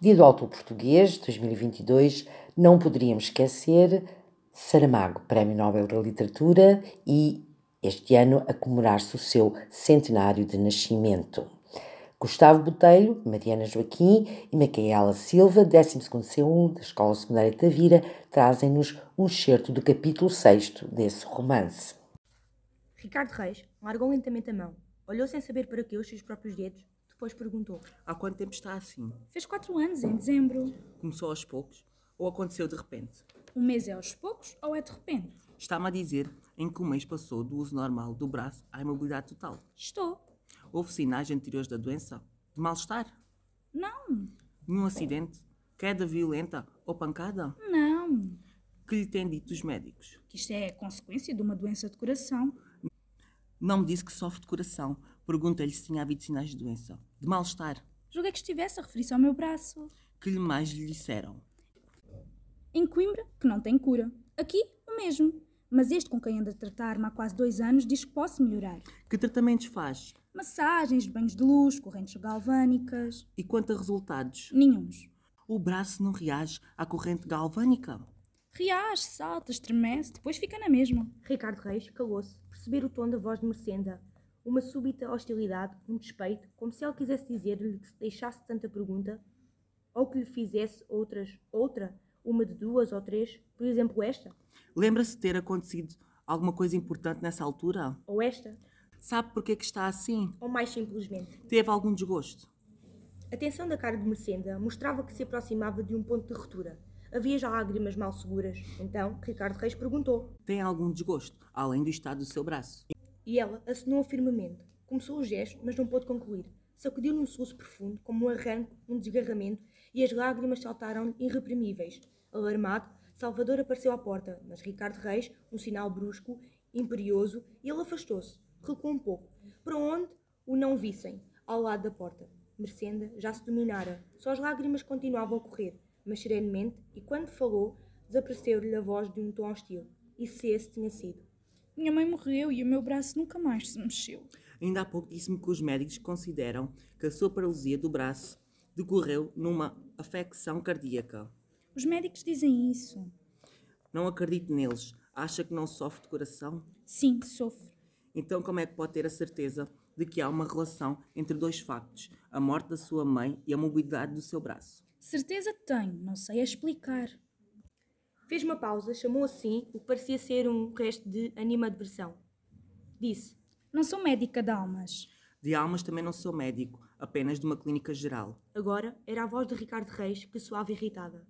Dia do Autor Português, 2022, não poderíamos esquecer Saramago, Prémio Nobel da Literatura e, este ano, a comemorar-se o seu centenário de nascimento. Gustavo Botelho, Mariana Joaquim e Micaela Silva, 12º C1 da Escola Secundária Tavira, trazem-nos um excerto do capítulo 6 desse romance. Ricardo Reis largou lentamente a mão, olhou sem saber para que os seus próprios dedos, depois perguntou. Há quanto tempo está assim? Fez quatro anos, em dezembro. Começou aos poucos ou aconteceu de repente? Um mês é aos poucos ou é de repente? Está-me a dizer em que um mês passou do uso normal do braço à imobilidade total. Estou. Houve sinais anteriores da doença? De mal-estar? Não. Nenhum acidente? Queda violenta ou pancada? Não. Que lhe têm dito os médicos? Que isto é a consequência de uma doença de coração. Não me disse que sofre de coração. Pergunta-lhe se tinha havido sinais de doença. De mal-estar? Julguei que estivesse a referir-se ao meu braço. Que lhe mais lhe disseram? Em Coimbra, que não tem cura. Aqui, o mesmo. Mas este com quem anda a tratar-me há quase dois anos diz que posso melhorar. Que tratamentos faz? Massagens, banhos de luz, correntes galvânicas. E quanto a resultados? Nenhuns. O braço não reage à corrente galvânica? Reage, salta, estremece, depois fica na mesma. Ricardo Reis calou-se, perceber o tom da voz de Mercenda. Uma súbita hostilidade, um despeito, como se ele quisesse dizer-lhe que se deixasse tanta pergunta, ou que lhe fizesse outras, outra, uma de duas ou três, por exemplo esta, Lembra-se de ter acontecido alguma coisa importante nessa altura? ou esta, Sabe porque é que está assim? ou mais simplesmente. Teve algum desgosto? A tensão da cara de Mercenda mostrava que se aproximava de um ponto de ruptura. Havia já lágrimas mal seguras. Então, Ricardo Reis perguntou. Tem algum desgosto, além do estado do seu braço? E ela assinou firmemente. Começou o gesto, mas não pôde concluir. Sacudiu num soluço profundo, como um arranco, um desgarramento, e as lágrimas saltaram irreprimíveis. Alarmado, Salvador apareceu à porta, mas Ricardo Reis, um sinal brusco, imperioso, e ele afastou-se, recuou um pouco, para onde o não vissem, ao lado da porta. Mercenda já se dominara, só as lágrimas continuavam a correr, mas serenamente, e quando falou, desapareceu-lhe a voz de um tom hostil. E se esse tinha sido? Minha mãe morreu e o meu braço nunca mais se mexeu. Ainda há pouco disse-me que os médicos consideram que a sua paralisia do braço decorreu numa afecção cardíaca. Os médicos dizem isso. Não acredito neles. Acha que não sofre de coração? Sim, sofro. Então, como é que pode ter a certeza de que há uma relação entre dois factos, a morte da sua mãe e a mobilidade do seu braço? Certeza tenho, não sei explicar. Fez uma pausa, chamou assim o que parecia ser um resto de animadversão. Disse: Não sou médica de almas. De almas também não sou médico, apenas de uma clínica geral. Agora era a voz de Ricardo Reis que soava irritada.